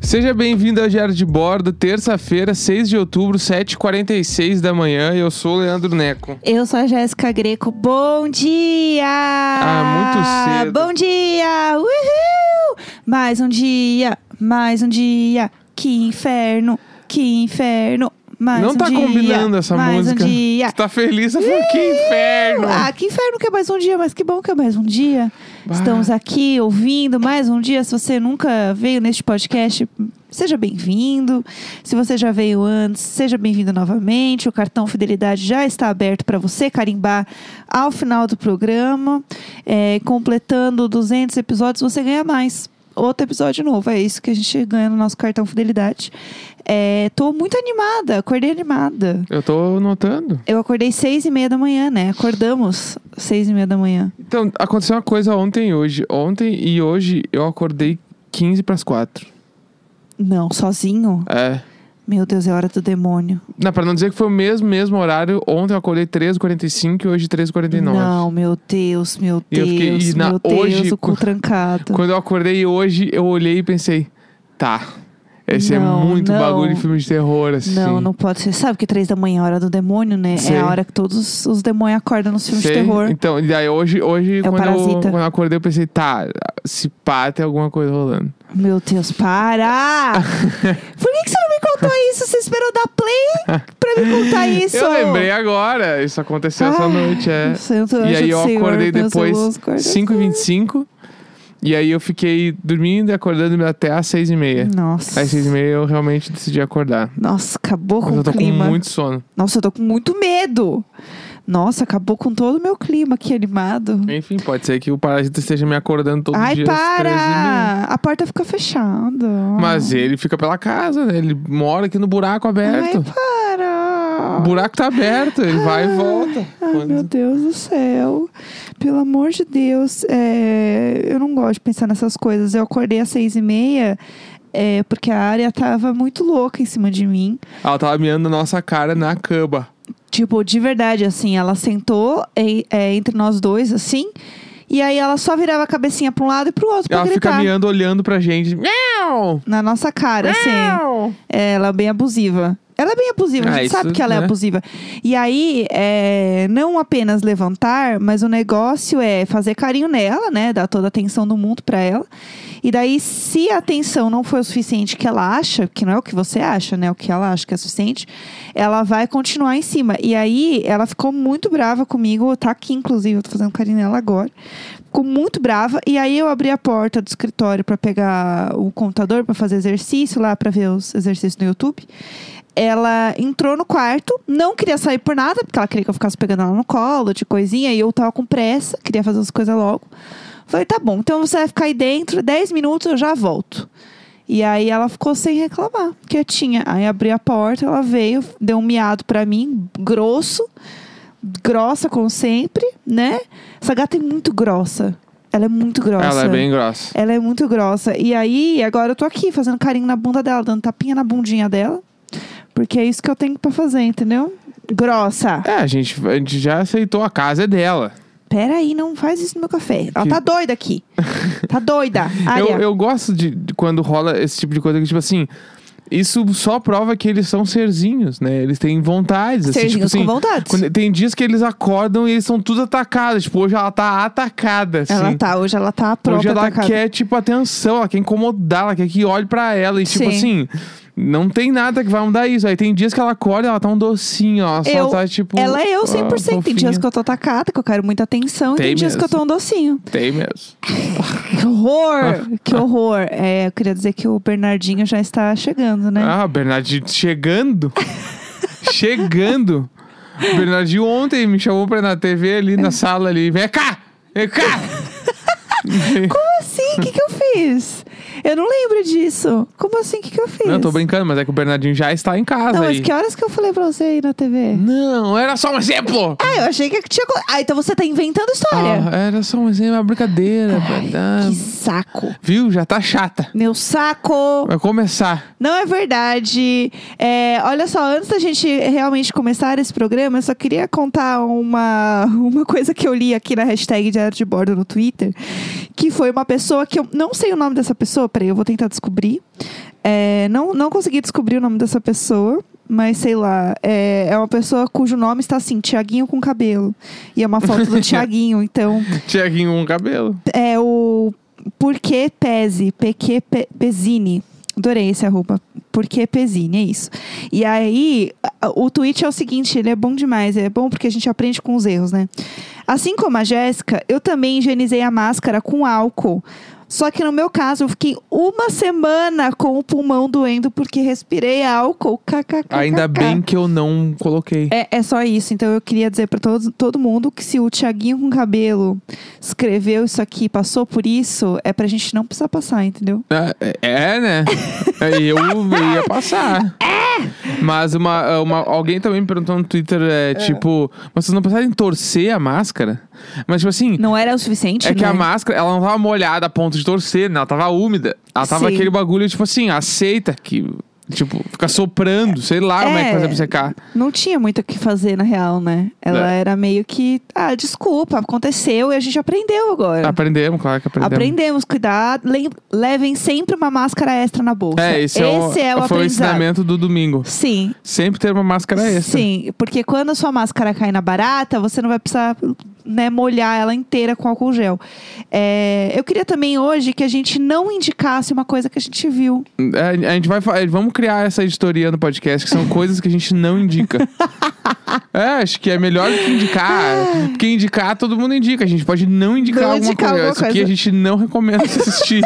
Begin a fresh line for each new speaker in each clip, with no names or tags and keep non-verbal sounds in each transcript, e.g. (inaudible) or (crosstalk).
Seja bem-vindo ao Diário de Bordo, terça-feira, 6 de outubro, 7h46 da manhã. Eu sou o Leandro Neco.
Eu sou a Jéssica Greco. Bom dia!
Ah, muito cedo.
Bom dia! Uhul! Mais um dia, mais um dia. Que inferno, que inferno. Mais
Não
um
tá
dia,
combinando essa
mais
música.
um dia.
Tu tá feliz? Eu falei, que inferno!
Ah, que inferno que é mais um dia, mas que bom que é mais um dia.
Bah.
Estamos aqui ouvindo mais um dia. Se você nunca veio neste podcast, seja bem-vindo. Se você já veio antes, seja bem-vindo novamente. O cartão Fidelidade já está aberto para você carimbar ao final do programa. É, completando 200 episódios, você ganha mais. Outro episódio novo, é isso que a gente ganha no nosso cartão Fidelidade. É, tô muito animada, acordei animada.
Eu tô notando.
Eu acordei seis e meia da manhã, né? Acordamos seis e meia da manhã.
Então, aconteceu uma coisa ontem e hoje. Ontem e hoje eu acordei 15 pras 4.
Não, sozinho?
É.
Meu Deus, é hora do demônio.
Não, pra não dizer que foi o mesmo, mesmo horário, ontem eu acordei 13h45 e hoje 13h49.
Não, meu Deus, meu
E eu
Deus,
fiquei- e na-
meu Deus,
hoje,
o cu
quando-
trancado.
Quando eu acordei hoje, eu olhei e pensei, tá, esse
Não,
é muito
não.
bagulho de filme de terror, assim.
Não, não pode ser. Sabe que três da manhã é a hora do demônio, né?
Sei.
É a hora que todos os- os demônios acordam nos filmes
Sei.
de terror. É
Então, e daí hoje, hoje
o
quando, eu,
Parasita.
quando eu acordei, eu pensei, tá, se pá, tem alguma coisa rolando.
Meu
(laughs)
Deus, para! Por que, que você não me contou isso? Você esperou dar play pra me contar isso?
Eu lembrei agora, isso aconteceu essa
Ah,
noite, é.
Santo anjo
E aí
do
eu
Senhor,
acordei
meus
depois
irmãos, guarda-
5h25. E aí eu fiquei dormindo e acordando até às 6h30.
Nossa.
Às 6h30 eu realmente decidi acordar.
Nossa, acabou
Mas
com
eu
o
tô
clima.
com muito sono.
Nossa, eu tô com muito medo. Nossa, acabou com todo o meu clima aqui animado.
Enfim, pode ser que o parasita esteja me acordando todo
Ai,
dia. às 13h30.
para! A porta fica fechada.
Mas ele fica pela casa, né? Ele mora aqui no buraco
Ai,
aberto.
para!
O buraco tá aberto, ele vai e volta.
Ai,
Quando-
meu Deus do céu. Pelo amor de Deus. é, eu não gosto de pensar nessas coisas. Eu acordei às seis e meia. é, porque a área tava muito louca em cima de mim.
Ela tava miando a nossa cara na cama.
Tipo, de verdade, assim, ela sentou e- é, entre nós dois, assim. E aí ela só virava a cabecinha pra um lado e pro outro pra
Ela
gritar.
fica miando, olhando pra gente. Miau!
Na nossa cara, assim.
Miau!
É, Ela é bem abusiva. Ela é bem abusiva,
Ah,
a gente
isso,
sabe que ela é
né?
abusiva. E aí, é, não apenas levantar, mas o negócio é fazer carinho nela, né? Dar toda a atenção do mundo pra ela. E daí, se a atenção não foi o suficiente que ela acha, que não é o que você acha, né? O que ela acha que é suficiente, ela vai continuar em cima. E aí, ela ficou muito brava comigo. Tá aqui, inclusive, eu tô fazendo carinho nela agora. Ficou muito brava. E aí, eu abri a porta do escritório pra pegar o computador pra fazer exercício lá, pra ver os exercícios no YouTube. Ela entrou no quarto, não queria sair por nada, porque ela queria que eu ficasse pegando ela no colo, de coisinha, e eu tava com pressa, queria fazer as coisas logo. Falei, tá bom, então você vai ficar aí dentro, 10 minutos eu já volto. E aí ela ficou sem reclamar, quietinha. Aí abri a porta, ela veio, deu um miado pra mim, grosso, grossa como sempre, né? Essa gata é muito grossa. Ela é muito grossa.
Ela é bem grossa.
Ela é muito grossa. E aí, agora eu tô aqui fazendo carinho na bunda dela, dando tapinha na bundinha dela. Porque é isso que eu tenho pra fazer, entendeu? Grossa.
É, a gente, a gente já aceitou, a casa é dela.
Pera aí, não faz isso no meu café. Ela
Que-
tá doida aqui. tá
(laughs)
doida.
Eu, assim,
Área.
eu gosto de, de quando rola esse tipo de coisa que, tipo assim, isso só prova que eles são serzinhos, né? Eles têm vontades. assim,
Serginhos
tipo assim,
com vontade.
quando- tem dias que eles acordam e eles são tudo atacados. Tipo, hoje ela tá atacada, assim.
Ela tá, hoje ela tá pronta.
Hoje ela
atacada.
quer, tipo, atenção, ela quer incomodar, ela quer que olhe pra ela. E, tipo
Sim.
assim, não tem nada que vai mudar isso. Aí tem dias que ela acorda, ela tá um docinho, ó. Só
Eu-
tá, tipo.
Ela é eu 100%. tem dias que eu tô atacada, que eu quero muita atenção.
Tem
e tem dias que eu
mesmo.
tô um docinho.
eu. Tem mesmo.
Que horror!
(laughs)
que horror! É, eu queria dizer que o Bernardinho já está chegando, né?
Ah, Bernardinho
(laughs)
chegando. chegando. O Bernardinho ontem me chamou pra ir na TV ali na sala ali. Vem cá! Vem cá!
Como assim? O que, que eu fiz? Eu não lembro disso. Como assim? O que, que eu fiz?
Não, tô brincando, mas é que o Bernardinho já está em casa
Não,
aí.
mas que horas que eu falei pra você aí na TV?
Não, era só um exemplo!
Ah, eu achei que tinha. co- Ah, então você tá inventando história.
Ah, era só um exemplo, é uma brincadeira. Ah,
Que saco.
Viu? Já tá chata.
Meu saco!
Vai começar. (laughs)
Não é verdade. É, olha só, antes da gente realmente começar esse programa, eu só queria contar uma, uma coisa que eu li aqui na hashtag Diário de Bordo no Twitter, que foi uma pessoa que eu não sei o nome dessa pessoa, peraí, eu vou tentar descobrir. É, não, não consegui descobrir o nome dessa pessoa, mas sei lá. É, é uma pessoa cujo nome está assim, Tiaguinho com cabelo. E é uma foto do Tiaguinho. Então,
Tiaguinho com um cabelo.
é o Porquê Pese, PQ Pe- Pesini. Adorei esse arroba. Porquê Pesini, é isso. E aí, a- o tweet é o seguinte, ele é bom demais. É bom porque a gente aprende com os erros, né? Assim como a Jéssica, eu também higienizei a máscara com álcool. Só que no meu caso, eu fiquei uma semana com o pulmão doendo porque respirei álcool. KKK.
Ainda bem que eu não coloquei.
É, é só isso. Então eu queria dizer pra todos, todo mundo que se o Tiaguinho com cabelo escreveu isso aqui, passou por isso, é pra gente não precisar passar, entendeu?
Ah, É, né? Aí eu ia passar. Mas uma, uma, alguém também me perguntou no Twitter, é, tipo, mas vocês não pensaram em torcer a máscara? Mas, tipo assim,
Não era o suficiente,
é que
né?
a máscara, ela não tava molhada a ponto de torcer, né? Ela tava úmida. Ela tava
Sim.
aquele bagulho, tipo assim, aceita que. Tipo, fica soprando, sei lá como é que
É.
faz pra secar.
Não tinha muito o que fazer, na real, né? Ela
É.
era meio que, ah, desculpa, aconteceu e a gente aprendeu agora.
Aprendemos, claro que aprendemos.
É. Aprendemos, cuidado. Lem- Levem sempre uma máscara extra na bolsa.
É, esse, é, o,
é o
foi o
aprendizado.
ensinamento do domingo.
Sim,
Sempre ter uma máscara extra.
Sim, porque quando a sua máscara cai na barata, você não vai precisar né, molhar ela inteira com álcool gel. É, eu queria também hoje que a gente não indicasse uma coisa que a gente viu.
É, A gente vai fa- vamos criar essa editoria no podcast, que
(laughs)
são coisas que a gente não indica. é, acho que é melhor do que indicar. Porque indicar, todo mundo indica. A gente pode não indicar
É. Não
alguma
indicar
coisa. É
alguma
Isso aqui a
coisa.
gente não
(laughs)
recomenda assistir.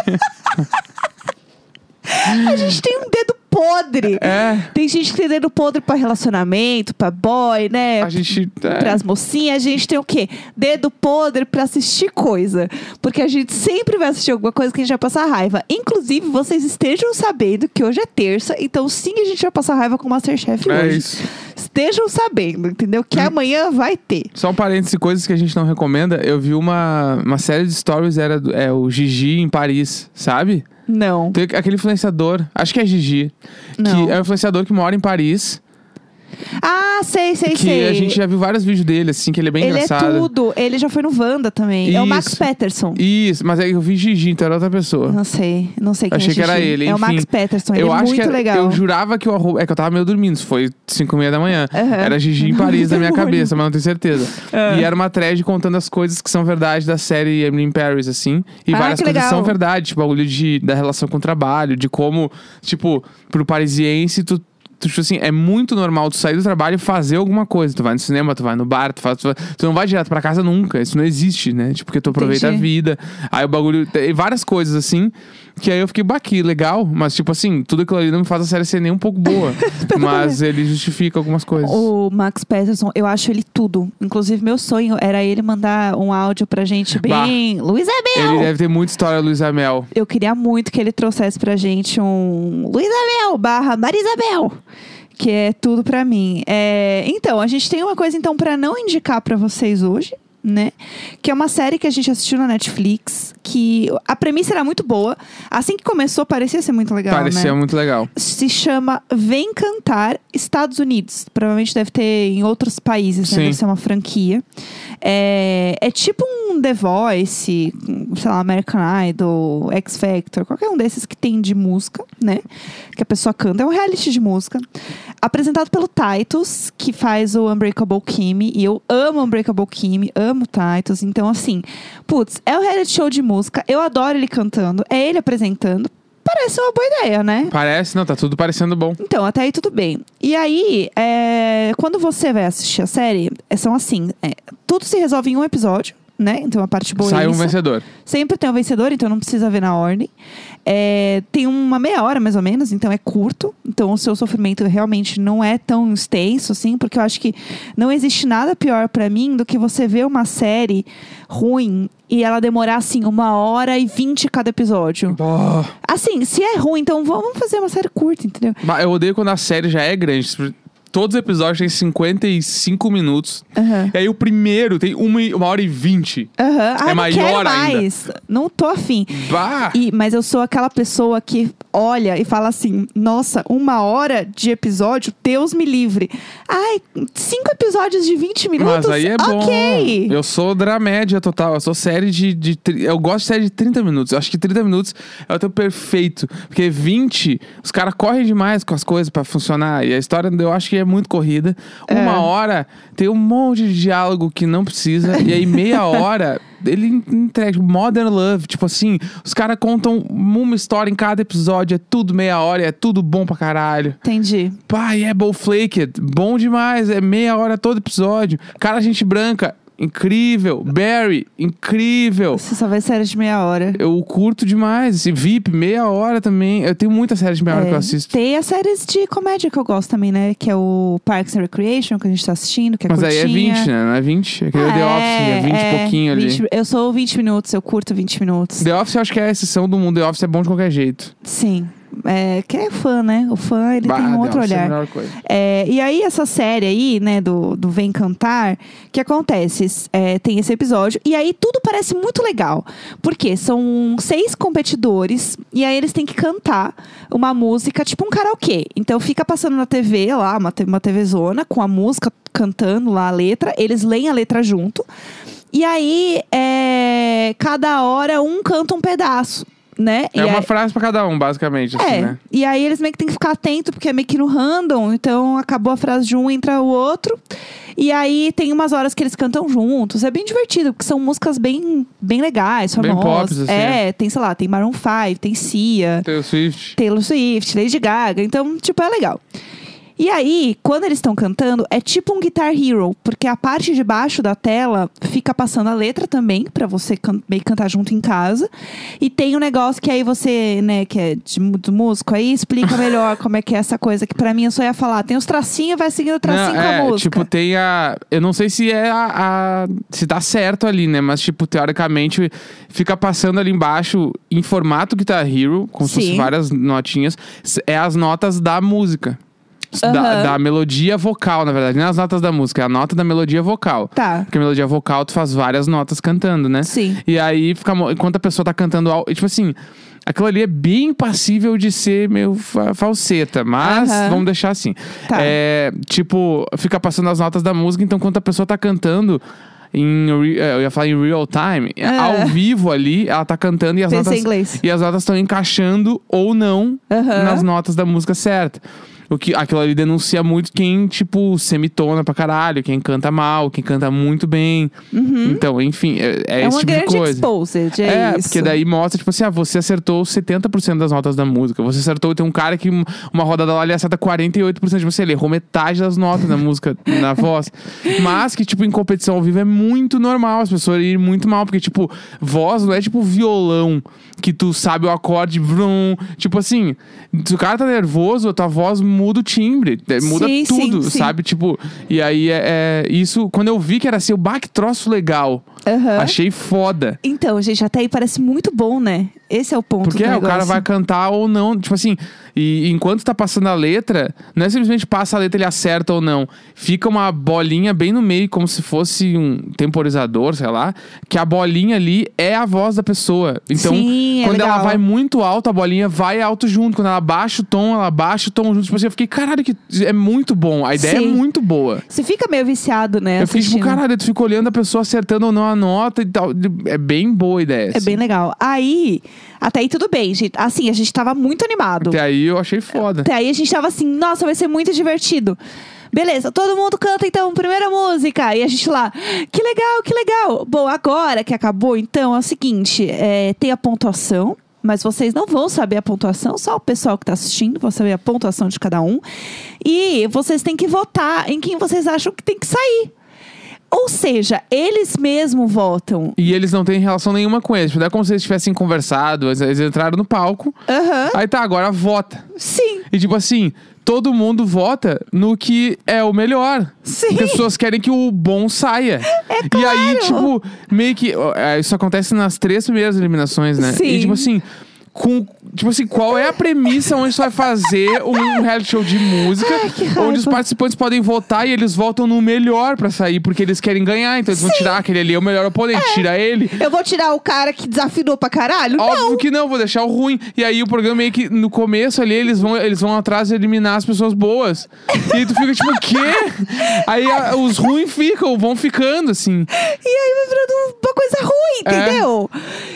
A gente tem um dedo podre.
é.
Tem gente que tem dedo podre pra relacionamento, pra boy, né?
A gente. é,
Pras mocinhas, a gente tem o quê? Dedo podre pra assistir coisa. Porque a gente sempre vai assistir alguma coisa que a gente vai passar raiva. Inclusive, vocês estejam sabendo que hoje é terça, então sim, a gente vai passar raiva com o Masterchef
é
hoje.
isso.
estejam sabendo, entendeu? Que
Hum.
amanhã vai ter.
Só um parêntese, coisas que a gente não recomenda. Eu vi uma, uma série de stories, era do- é, o Gigi em Paris, sabe?
Não.
Tem aquele influenciador, acho que é Gigi,
Não.
que é um influenciador que mora em Paris.
Ah, sei, sei,
que
sei.
a gente já viu vários vídeos dele, assim, que ele é bem
ele
engraçado.
é tudo. Ele já foi no Wanda também. É o Max
Isso.
Peterson.
Isso, mas aí eu vi Gigi, então era outra pessoa.
Não sei, não sei quem
Achei
é
que era
Gigi.
ele,
É o
enfim.
Max Peterson, ele
eu
é
acho
muito
que era-
legal.
Eu jurava que o arroba. É que eu tava meio dormindo, isso foi 5 e meia da manhã.
Aham.
Era Gigi em Paris na minha
Demônio. Ah.
cabeça, mas não tenho certeza. E era uma thread contando as coisas que são verdade da série Emily in Paris, assim. E
Ah,
várias
que
coisas
legal.
são verdade, tipo, bagulho de, da relação com o trabalho, de como, tipo, pro parisiense, tu. Tu, tipo assim, é muito normal tu sair do trabalho e fazer alguma coisa. Tu vai no cinema, tu vai no bar, tu faz. Tu, faz- tu não vai direto pra casa nunca. Isso não existe, né? Tipo, porque tu aproveita a
Entendi.
vida. Aí o bagulho. Tem várias coisas assim. Que aí eu fiquei, bah, que legal. Mas, tipo assim, tudo aquilo ali não me faz a série ser nem um pouco
(laughs)
boa. mas ele justifica algumas coisas.
O Max Peterson, eu acho ele tudo. Inclusive, meu sonho era ele mandar um áudio pra gente bem. Luiz é Abel!
Ele deve ter muita história, Luiz Amel.
Eu queria muito que ele trouxesse pra gente um Luizabel barra Marisabel. Que é tudo pra mim. É, então, a gente tem uma coisa então pra não indicar pra vocês hoje, né? Que é uma série que a gente assistiu na Netflix, que a premissa era muito boa. Assim que começou, parecia ser muito legal,
Parecia
né?
muito legal.
Se chama Vem Cantar Estados Unidos. Provavelmente deve ter em outros países, né?
Sim.
Deve ser uma franquia. É, é tipo um The Voice, um, sei lá, American Idol, X Factor, qualquer um desses que tem de música, né? Que a pessoa canta. É um reality de música. Apresentado pelo Titus, que faz o Unbreakable Kimmy. E eu amo Unbreakable Kimmy, amo o Titus. Então, assim, putz, é um reality show de música. Eu adoro ele cantando, é ele apresentando. Parece uma boa ideia, né?
Parece, não, tá tudo parecendo bom.
Então, até aí tudo bem. E aí, é, quando você vai assistir a série, é, são assim: é, tudo se resolve em um episódio, né? Então, a parte boa
Sai
é
um
isso.
vencedor.
Sempre tem um vencedor, então não precisa ver na ordem. É, tem uma meia hora, mais ou menos, então é curto. Então o seu sofrimento realmente não é tão extenso, assim, porque eu acho que não existe nada pior pra mim do que você ver uma série ruim e ela demorar, assim, uma hora e vinte cada episódio.
Bah.
Assim, se é ruim, então vamos fazer uma série curta, entendeu?
Bah, Eu odeio quando a série já é grande. Todos os episódios têm 55 minutos.
Aham.
E aí o primeiro tem uma, e- uma hora e 20.
Aham. Ah, não
É maior
quero
ainda. Ah.
mais. Não tô afim.
Bah!
E- mas eu sou aquela pessoa que olha e fala assim: nossa, uma hora de episódio, Deus me livre. Ai, cinco episódios de 20 minutos?
Mas aí é bom.
ok.
Eu sou dramédia total. Eu sou série de, de tri- Eu gosto de série de 30 minutos. Eu acho que 30 minutos é o tempo perfeito. Porque 20, os caras correm demais com as coisas pra funcionar. E a história eu acho que é muito corrida. Uma hora tem um monte de diálogo que não precisa. E aí,
(laughs)
meia hora. Ele en- entrega Modern Love, tipo assim, os caras contam uma história em cada episódio, é tudo meia hora, é tudo bom pra caralho.
Entendi.
Pai, é Bow Flaked. Bom demais. É meia hora todo episódio. Cara, gente branca. Incrível. Barry, incrível.
Você só vai série de meia hora.
Eu curto demais. Esse VIP, meia hora também. Eu tenho muita série de meia hora que eu assisto.
É, Tem as séries de comédia que eu gosto também, né? Que é o Parks and Recreation, que a gente tá assistindo, que é
Mas aí
curtinha.
é 20, né? Não é 20? É que
Ah,
The Office, é 20 e
é,
pouquinho ali.
20 eu sou 20 minutos, eu curto 20 minutos.
The Office eu acho que é a exceção do mundo. The Office é bom de qualquer jeito.
Sim. É, que é fã, né? O fã, ele
Bah,
tem um
The
outro
Office É a
olhar.
melhor coisa.
É, e aí, essa série aí, né, do, do Vem Cantar, que acontece? É, tem esse episódio, e aí tudo parece muito legal. Porque são seis competidores, e aí eles têm que cantar uma música, tipo um karaokê. Então fica passando na TV lá, uma, te- uma TV zona, com a música cantando lá a letra, eles leem a letra junto. E aí, é, cada hora um canta um pedaço, né? E
É uma
aí-
frase pra cada um, basicamente, assim,
é,
né?
e aí eles meio que tem que ficar atento, porque é meio que no random, então acabou a frase de um, entra o outro. E aí tem umas horas que eles cantam juntos, é bem divertido, porque são músicas bem, bem legais,
Bem
famosas.
pops, assim,
é, tem, sei lá, tem Maroon 5, tem Cia,
Taylor Swift.
Taylor Swift, Lady Gaga, então, tipo, é legal. E aí, quando eles estão cantando, é tipo um Guitar Hero, porque a parte de baixo da tela fica passando a letra também, pra você can meio que cantar junto em casa. E tem um negócio que aí você, né, que é de, mu- do músico, aí
(laughs)
explica melhor como é que é essa coisa, que pra mim eu só ia falar, tem os tracinhos, vai seguindo o tracinho
Não,
com
é,
a música.
tipo, tem a. Eu não sei se é a, a- Se tá certo ali, né? Mas, tipo, teoricamente, fica passando ali embaixo, em formato Guitar Hero, como se fosse
Sim.
várias notinhas, s- é as notas da música. S- Da,
Aham.
da melodia vocal, na verdade. Não é as notas da música, é a nota da melodia vocal.
Tá,
Porque a melodia vocal tu faz várias notas cantando, né?
sim.
E aí fica. mo- Enquanto a pessoa tá cantando. ao- e, Tipo assim. Aquilo ali é bem passível de ser meio fa- falseta, mas
Aham.
vamos deixar assim.
Tá.
É, tipo, fica passando as notas da música, então quando a pessoa tá cantando. Em, re- eh, eu ia falar em real time,
Ah.
ao vivo ali, ela tá cantando e as
Pensei em
notas.
inglês.
E as notas estão encaixando ou não
Aham.
nas notas da música certa. O que, aquilo ali denuncia muito quem, tipo, semitona pra caralho, quem canta mal, quem canta muito bem. Então, enfim, é, é
Uhum. É
esse
uma
tipo de
grande
coisa.
exposed, é,
É,
isso.
porque daí mostra, tipo assim, ah, você acertou 70% das notas da música. Você acertou, tem um cara que um- uma rodada lá ele acerta 48% de você. Ele errou metade das notas da
(laughs)
música na voz. Mas que, tipo, em competição ao vivo é muito normal as pessoas irem muito mal. Porque, tipo, voz não é tipo violão que tu sabe o acorde, vrum. Tipo assim, se o cara tá nervoso, a tua voz muda o timbre, é, muda
Sim, sim,
tudo,
sim.
sabe? Tipo, e aí é, é isso. Quando eu vi que era seu back troço legal,
Aham.
achei foda.
Então, gente, até aí parece muito bom, né? Esse é o ponto
Porque
do
é, o cara
negócio.
vai cantar ou não. Tipo assim, e enquanto tá passando a letra, não é simplesmente passa a letra e ele acerta ou não. Fica uma bolinha bem no meio, como se fosse um temporizador, sei lá. Que a bolinha ali é a voz da pessoa. Então,
Sim, é
quando ela
legal.
vai muito alto, a bolinha vai alto junto. Quando ela baixa o tom, ela baixa o tom junto. Tipo assim, eu fiquei, caralho, que é muito bom. A ideia é
Sim.
muito boa.
Você fica meio viciado, né?
Eu fiquei tipo,
assistindo.
caralho, tu fica olhando a pessoa acertando ou não a nota e tal. É bem boa a ideia.
É
assim.
bem legal. Aí, até aí tudo bem, gente. Assim, a gente tava muito animado.
Até aí eu achei foda.
Até aí a gente tava assim, nossa, vai ser muito divertido. Beleza, todo mundo canta então, primeira música. E a gente lá, que legal, que legal. Bom, agora que acabou, então, é o seguinte: é, tem a pontuação. Mas vocês não vão saber a pontuação, só o pessoal que tá assistindo vai saber a pontuação de cada um. E vocês têm que votar em quem vocês acham que tem que sair. Ou seja, eles mesmos votam.
E eles não têm relação nenhuma com eles. Tipo, Não é como se eles tivessem conversado, eles- eles entraram no palco.
Aham,
Aí tá, agora vota.
sim,
E tipo assim, todo mundo vota no que é o melhor.
Sim.
Pessoas querem que o bom saia. É claro. E aí, tipo, meio que. ó, é, Isso acontece nas três primeiras eliminações, né?
Sim.
E tipo assim. com. Tipo assim, qual é a premissa onde você vai fazer um reality show de música
Ai, que raiva.
onde os participantes podem votar e eles votam no melhor pra sair, porque eles querem ganhar, então eles vão tirar aquele ali, é o melhor oponente, tira ele.
Eu vou tirar o cara que desafinou pra caralho?
Óbvio
Não.
que não, vou deixar o ruim. E aí o programa meio que no começo ali, eles vão, eles vão atrás de eliminar as pessoas boas. E aí tu fica tipo, o quê? Aí a- os ruins ficam, vão ficando, assim.
E aí vai virando um, uma coisa ruim,
É.
entendeu?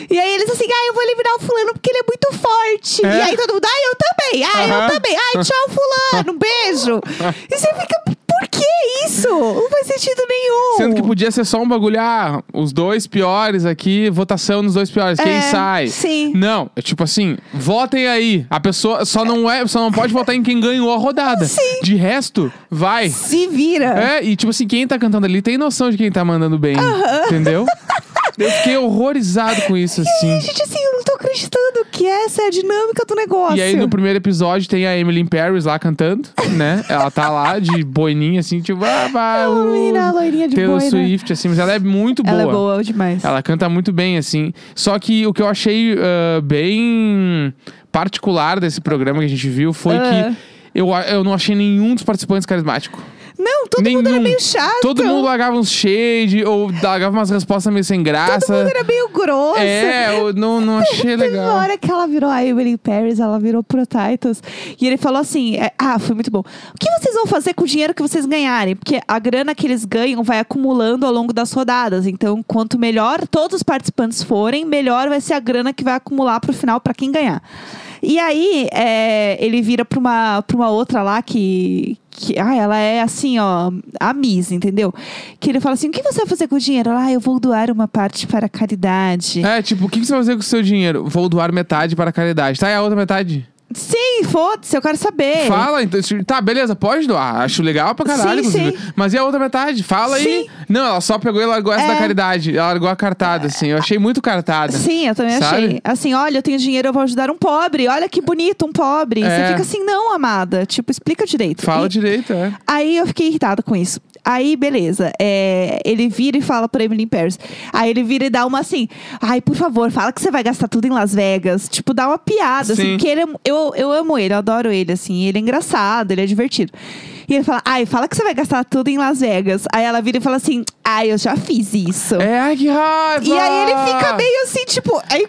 E aí eles assim, ah, eu vou eliminar o fulano porque ele é muito forte.
É.
E aí todo mundo, ah, eu também, ah,
Aham.
eu também, ai, tchau, fulano, um beijo. E você fica, por que isso? Não faz sentido nenhum.
Sendo que podia ser só um bagulho, ah, os dois piores aqui, votação nos dois piores, quem
É,
sai?
sim.
Não, é tipo assim, votem aí. A pessoa só não é, só não pode votar em quem ganhou a rodada.
Sim.
De resto, vai.
Se vira.
É, e tipo assim, quem tá cantando ali tem noção de quem tá mandando bem, entendeu? Eu fiquei horrorizado com isso,
E,
assim.
gente, assim, eu não tô acreditando que essa é a dinâmica do negócio.
E aí, no primeiro episódio, tem a Emily in Paris lá cantando, né? Ela tá lá de boininha, assim, tipo... Ah, vai,
É uma
uh,
menina loirinha de
Taylor
boina.
Swift, assim. Mas ela é muito
Ela é boa demais.
Ela canta muito bem, assim. Só que o que eu achei ah, bem particular desse programa que a gente viu foi
Ah.
que eu, a- eu não achei nenhum dos participantes carismático.
Não, todo mundo era
Nenhum.
meio chato.
Todo mundo largava uns shade ou largava umas respostas meio sem graça.
Todo mundo era meio grosso.
É, eu não,
(laughs)
não achei
Teve uma
legal.
hora que ela virou a Emily Paris, ela virou pro Titus. E ele falou assim: é, Ah, foi muito bom. O que vocês vão fazer com o dinheiro que vocês ganharem? Porque a grana que eles ganham vai acumulando ao longo das rodadas. Então, quanto melhor todos os participantes forem, melhor vai ser a grana que vai acumular pro final pra quem ganhar. E aí, é, ele vira pra uma, pra uma outra lá que. Que, ah, ela é assim, ó, a Miss, entendeu? Que ele fala assim: o que você vai fazer com o dinheiro? Ela, Ah, eu vou doar uma parte para a caridade.
É, tipo, o que que você vai fazer com o seu dinheiro? Vou doar metade para a caridade. Tá, e a outra metade?
Sim, foda-se, eu quero saber.
Fala, então. se- Tá, beleza, pode doar. Acho legal pra caralho,
Sim,
inclusive. Mas e a outra metade? Fala aí.
Sim.
Não, ela só pegou e largou essa
É.
da caridade. Ela largou a cartada, assim. Eu achei muito cartada.
Sim, eu também
Sabe?
achei. Assim, olha, eu tenho dinheiro, eu vou ajudar um pobre. Olha que bonito, um pobre.
É.
Você fica assim, não, amada. Tipo, explica direito.
Fala
E-
direito, é.
Aí eu fiquei irritada com isso. Aí, beleza. É, ele vira e fala pra Emily in Paris. Aí ele vira e dá uma assim. Ai, por favor, fala que você vai gastar tudo em Las Vegas. Tipo, dá uma piada,
Sim.
assim. Porque ele é- eu, eu amo ele, eu adoro ele, assim. Ele é engraçado, ele é divertido. E ele fala, ai, fala que você vai gastar tudo em Las Vegas. Aí ela vira e fala assim, ai, eu já fiz isso.
É, ai, que raiva!
E aí ele fica meio assim, tipo, aí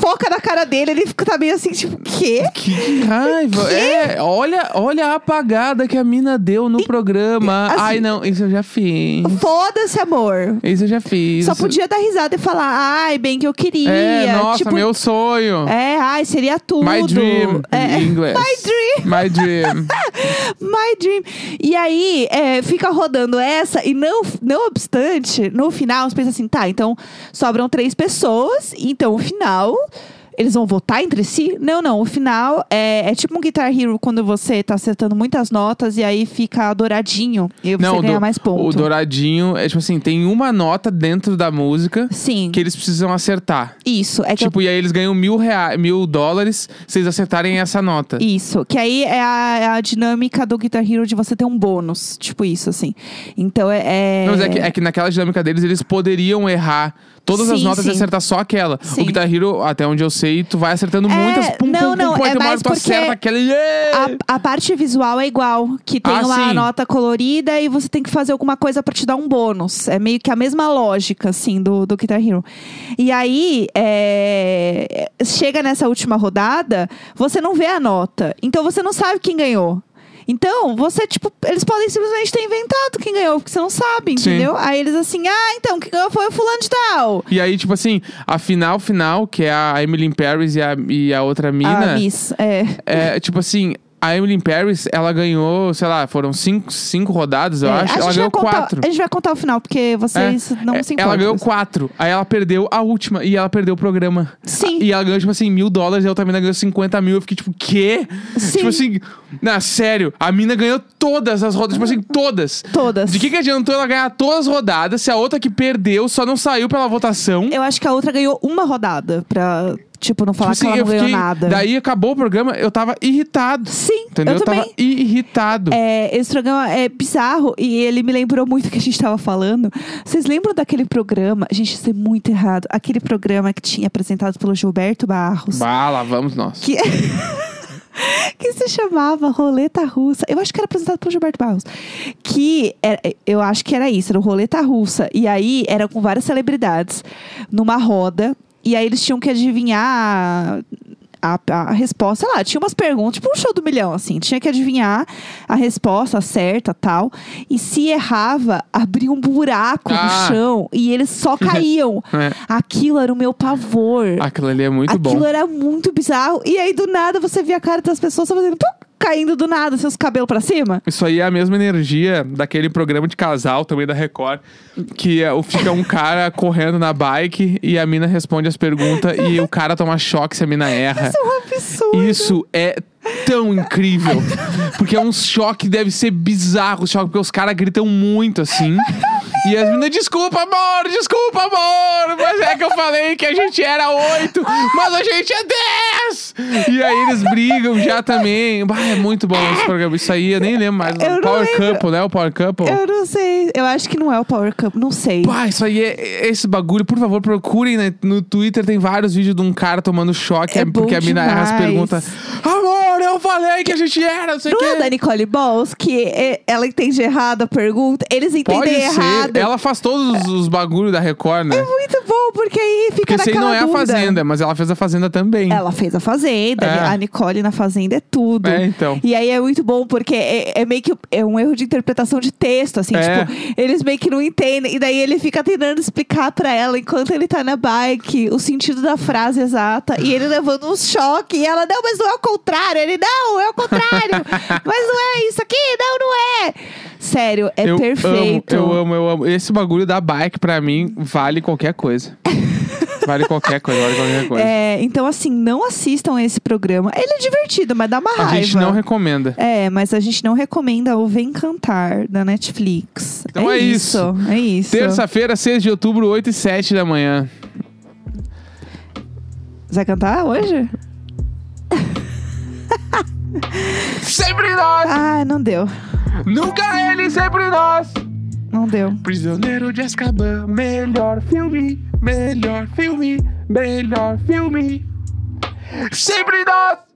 foca na cara dele, ele fica tá meio assim, tipo, quê?
Que raiva! É, olha, olha a apagada que a mina deu no programa.
assim-
Ai, não, isso eu já fiz.
Foda-se, amor.
Isso eu já fiz.
Só podia dar risada e falar, ai, bem que eu queria.
É, nossa,
tipo,
meu sonho.
É, ai, seria tudo.
My dream,
É.
em inglês. My dream. My
(laughs)
dream.
My dream. E aí, é, fica rodando essa, e não, não obstante, no final, você pensa assim, tá, então sobram três pessoas, então o final. Eles vão votar entre si? Não, não. O final é, é tipo um Guitar Hero quando você tá acertando muitas notas e aí fica douradinho. E você
Não, o
ganha
do-
mais ponto.
O douradinho é tipo assim, tem uma nota dentro da música
Sim.
que eles precisam acertar.
Isso. É que eu
Tipo, e aí eles ganham mil, rea... mil dólares se eles acertarem essa nota.
Isso, que aí é a, é a dinâmica do Guitar Hero de você ter um bônus, tipo isso, assim. Então é. é-
Não, mas é que, é que naquela dinâmica deles, eles poderiam errar todas as
Sim,
notas e
sim.
acertar só aquela.
Sim.
O Guitar Hero, até onde eu sei, tu vai acertando
É,
muitas. Pum,
não,
pum,
não,
pum, pum, aí
é
tem uma hora
mais
que tu
porque
acerta aquela. Yeah!
A, a parte visual é igual, que tem
Ah,
uma
sim.
nota colorida e você tem que fazer alguma coisa pra te dar um bônus. É meio que a mesma lógica, assim, do, do Guitar Hero. E aí, é, chega nessa última rodada, você não vê a nota. Então você não sabe quem ganhou. Então, você, tipo, eles podem simplesmente ter inventado quem ganhou, porque você não sabe,
Sim.
entendeu? Aí eles assim, ah, então, quem ganhou foi o fulano de tal.
E aí, tipo assim, a final final, que é a Emily in Paris e a, e a outra mina.
Ah, Miss, é.
É, tipo assim, a Emily in Paris, ela ganhou, sei lá, foram cinco, cinco rodadas, eu
É,
acho.
a,
Ela
gente
ganhou
vai contar,
quatro.
a gente vai contar o final, porque vocês não
É,
se importam.
ela ganhou
com isso.
quatro. Aí ela perdeu a última. E ela perdeu o programa.
Sim.
E ela ganhou, tipo assim, mil dólares. E a outra mina ganhou 50 mil. Eu fiquei tipo, quê?
Sim.
Tipo assim, na sério, a mina ganhou todas as rodas. Tipo assim, todas.
Todas.
De que, que adiantou ela ganhar todas as rodadas se a outra que perdeu só não saiu pela votação?
Eu acho que a outra ganhou uma rodada pra, tipo, não
Tipo
falar
assim,
que ela
eu
não ganhou
fiquei-
nada.
Daí acabou o programa, eu tava irritado.
Sim,
Entendeu?
eu também.
tava irritado.
É, esse programa é bizarro e ele me lembrou muito o que a gente tava falando. Vocês lembram daquele programa? Gente, isso é muito errado. Aquele programa que tinha apresentado pelo João Gilberto Barros.
Bah, lá vamos nós.
Que... que se chamava Roleta Russa. Eu acho que era apresentado por Gilberto Barros. Que era- eu acho que era isso, era o Roleta Russa. E aí era com várias celebridades numa roda. E aí eles tinham que adivinhar a, a resposta sei lá. Tinha umas perguntas, tipo um show do milhão, assim. Tinha que adivinhar a resposta certa tal. E se errava, abria um buraco
Ah.
no chão e
(laughs)
eles só caíam.
É.
Aquilo era o meu pavor.
Aquilo ali é muito
Aquilo
bom.
era muito bizarro. E aí, do nada, você via a cara das pessoas só fazendo... pum, caindo do nada, seus cabelos pra cima.
Isso aí é a mesma energia daquele programa de casal também da Record, que é, o- fica um cara correndo na bike e a mina responde as perguntas e o cara toma choque se a mina erra.
Isso é um absurdo.
Isso é tão incrível. Porque é um choque, deve ser bizarro o choque, porque os caras gritam muito assim. E as meninas, desculpa, amor, desculpa, amor. Mas é que eu falei que a gente era oito, mas a gente é dez. E aí eles brigam já também. Bah, é muito bom esse programa. Isso aí eu nem lembro mais.
Eu não
Power
lembro.
Couple, né? O Power Couple.
Eu não sei. Eu acho que não é o Power Cup. Não sei.
Bah, isso aí é. Esse bagulho, por favor, procurem né? no Twitter. Tem vários vídeos de um cara tomando choque.
É
é porque
bom
a mina erra as
demais.
perguntas. Amor, eu falei que a gente era, não sei o
Não é da
quê.
Nicole Balls que é- ela entende errado a pergunta? Eles
Pode
entendem
ser. É
errado.
Ela faz todos os bagulhos da Record, né?
É muito bom, porque aí fica
Porque esse aí
naquela
não é a
dúvida.
Fazenda, mas ela fez a Fazenda também.
Ela fez a Fazenda,
É.
a Nicole na Fazenda é tudo.
É, então.
E aí é muito bom, porque é, é meio que é um erro de interpretação de texto, assim,
É.
tipo, eles meio que não entendem. E daí ele fica tentando explicar pra ela, enquanto ele tá na bike, o sentido da frase exata. E ele levando um choque. E ela, não, mas não é o contrário. Ele, não, é
(laughs)
o contrário. mas não é isso aqui, não, não é. Sério, é
eu
perfeito.
Amo, eu amo, eu amo. Esse bagulho da bike, pra mim, vale qualquer
(laughs)
coisa. vale qualquer coisa, vale qualquer coisa.
É, então, assim, não assistam esse programa. Ele é divertido, mas dá uma
a
raiva.
gente não recomenda.
É, mas a gente não recomenda o Vem Cantar da Netflix.
Então é
É isso.
Terça-feira, 6 de outubro, 8 e 7 da manhã.
Você vai cantar hoje?
Sempre nós!
Ah, não deu.
Nunca ele, sempre nós!
Não deu.
Prisioneiro de Azkaban, melhor filme, melhor filme, melhor filme. Sempre nós!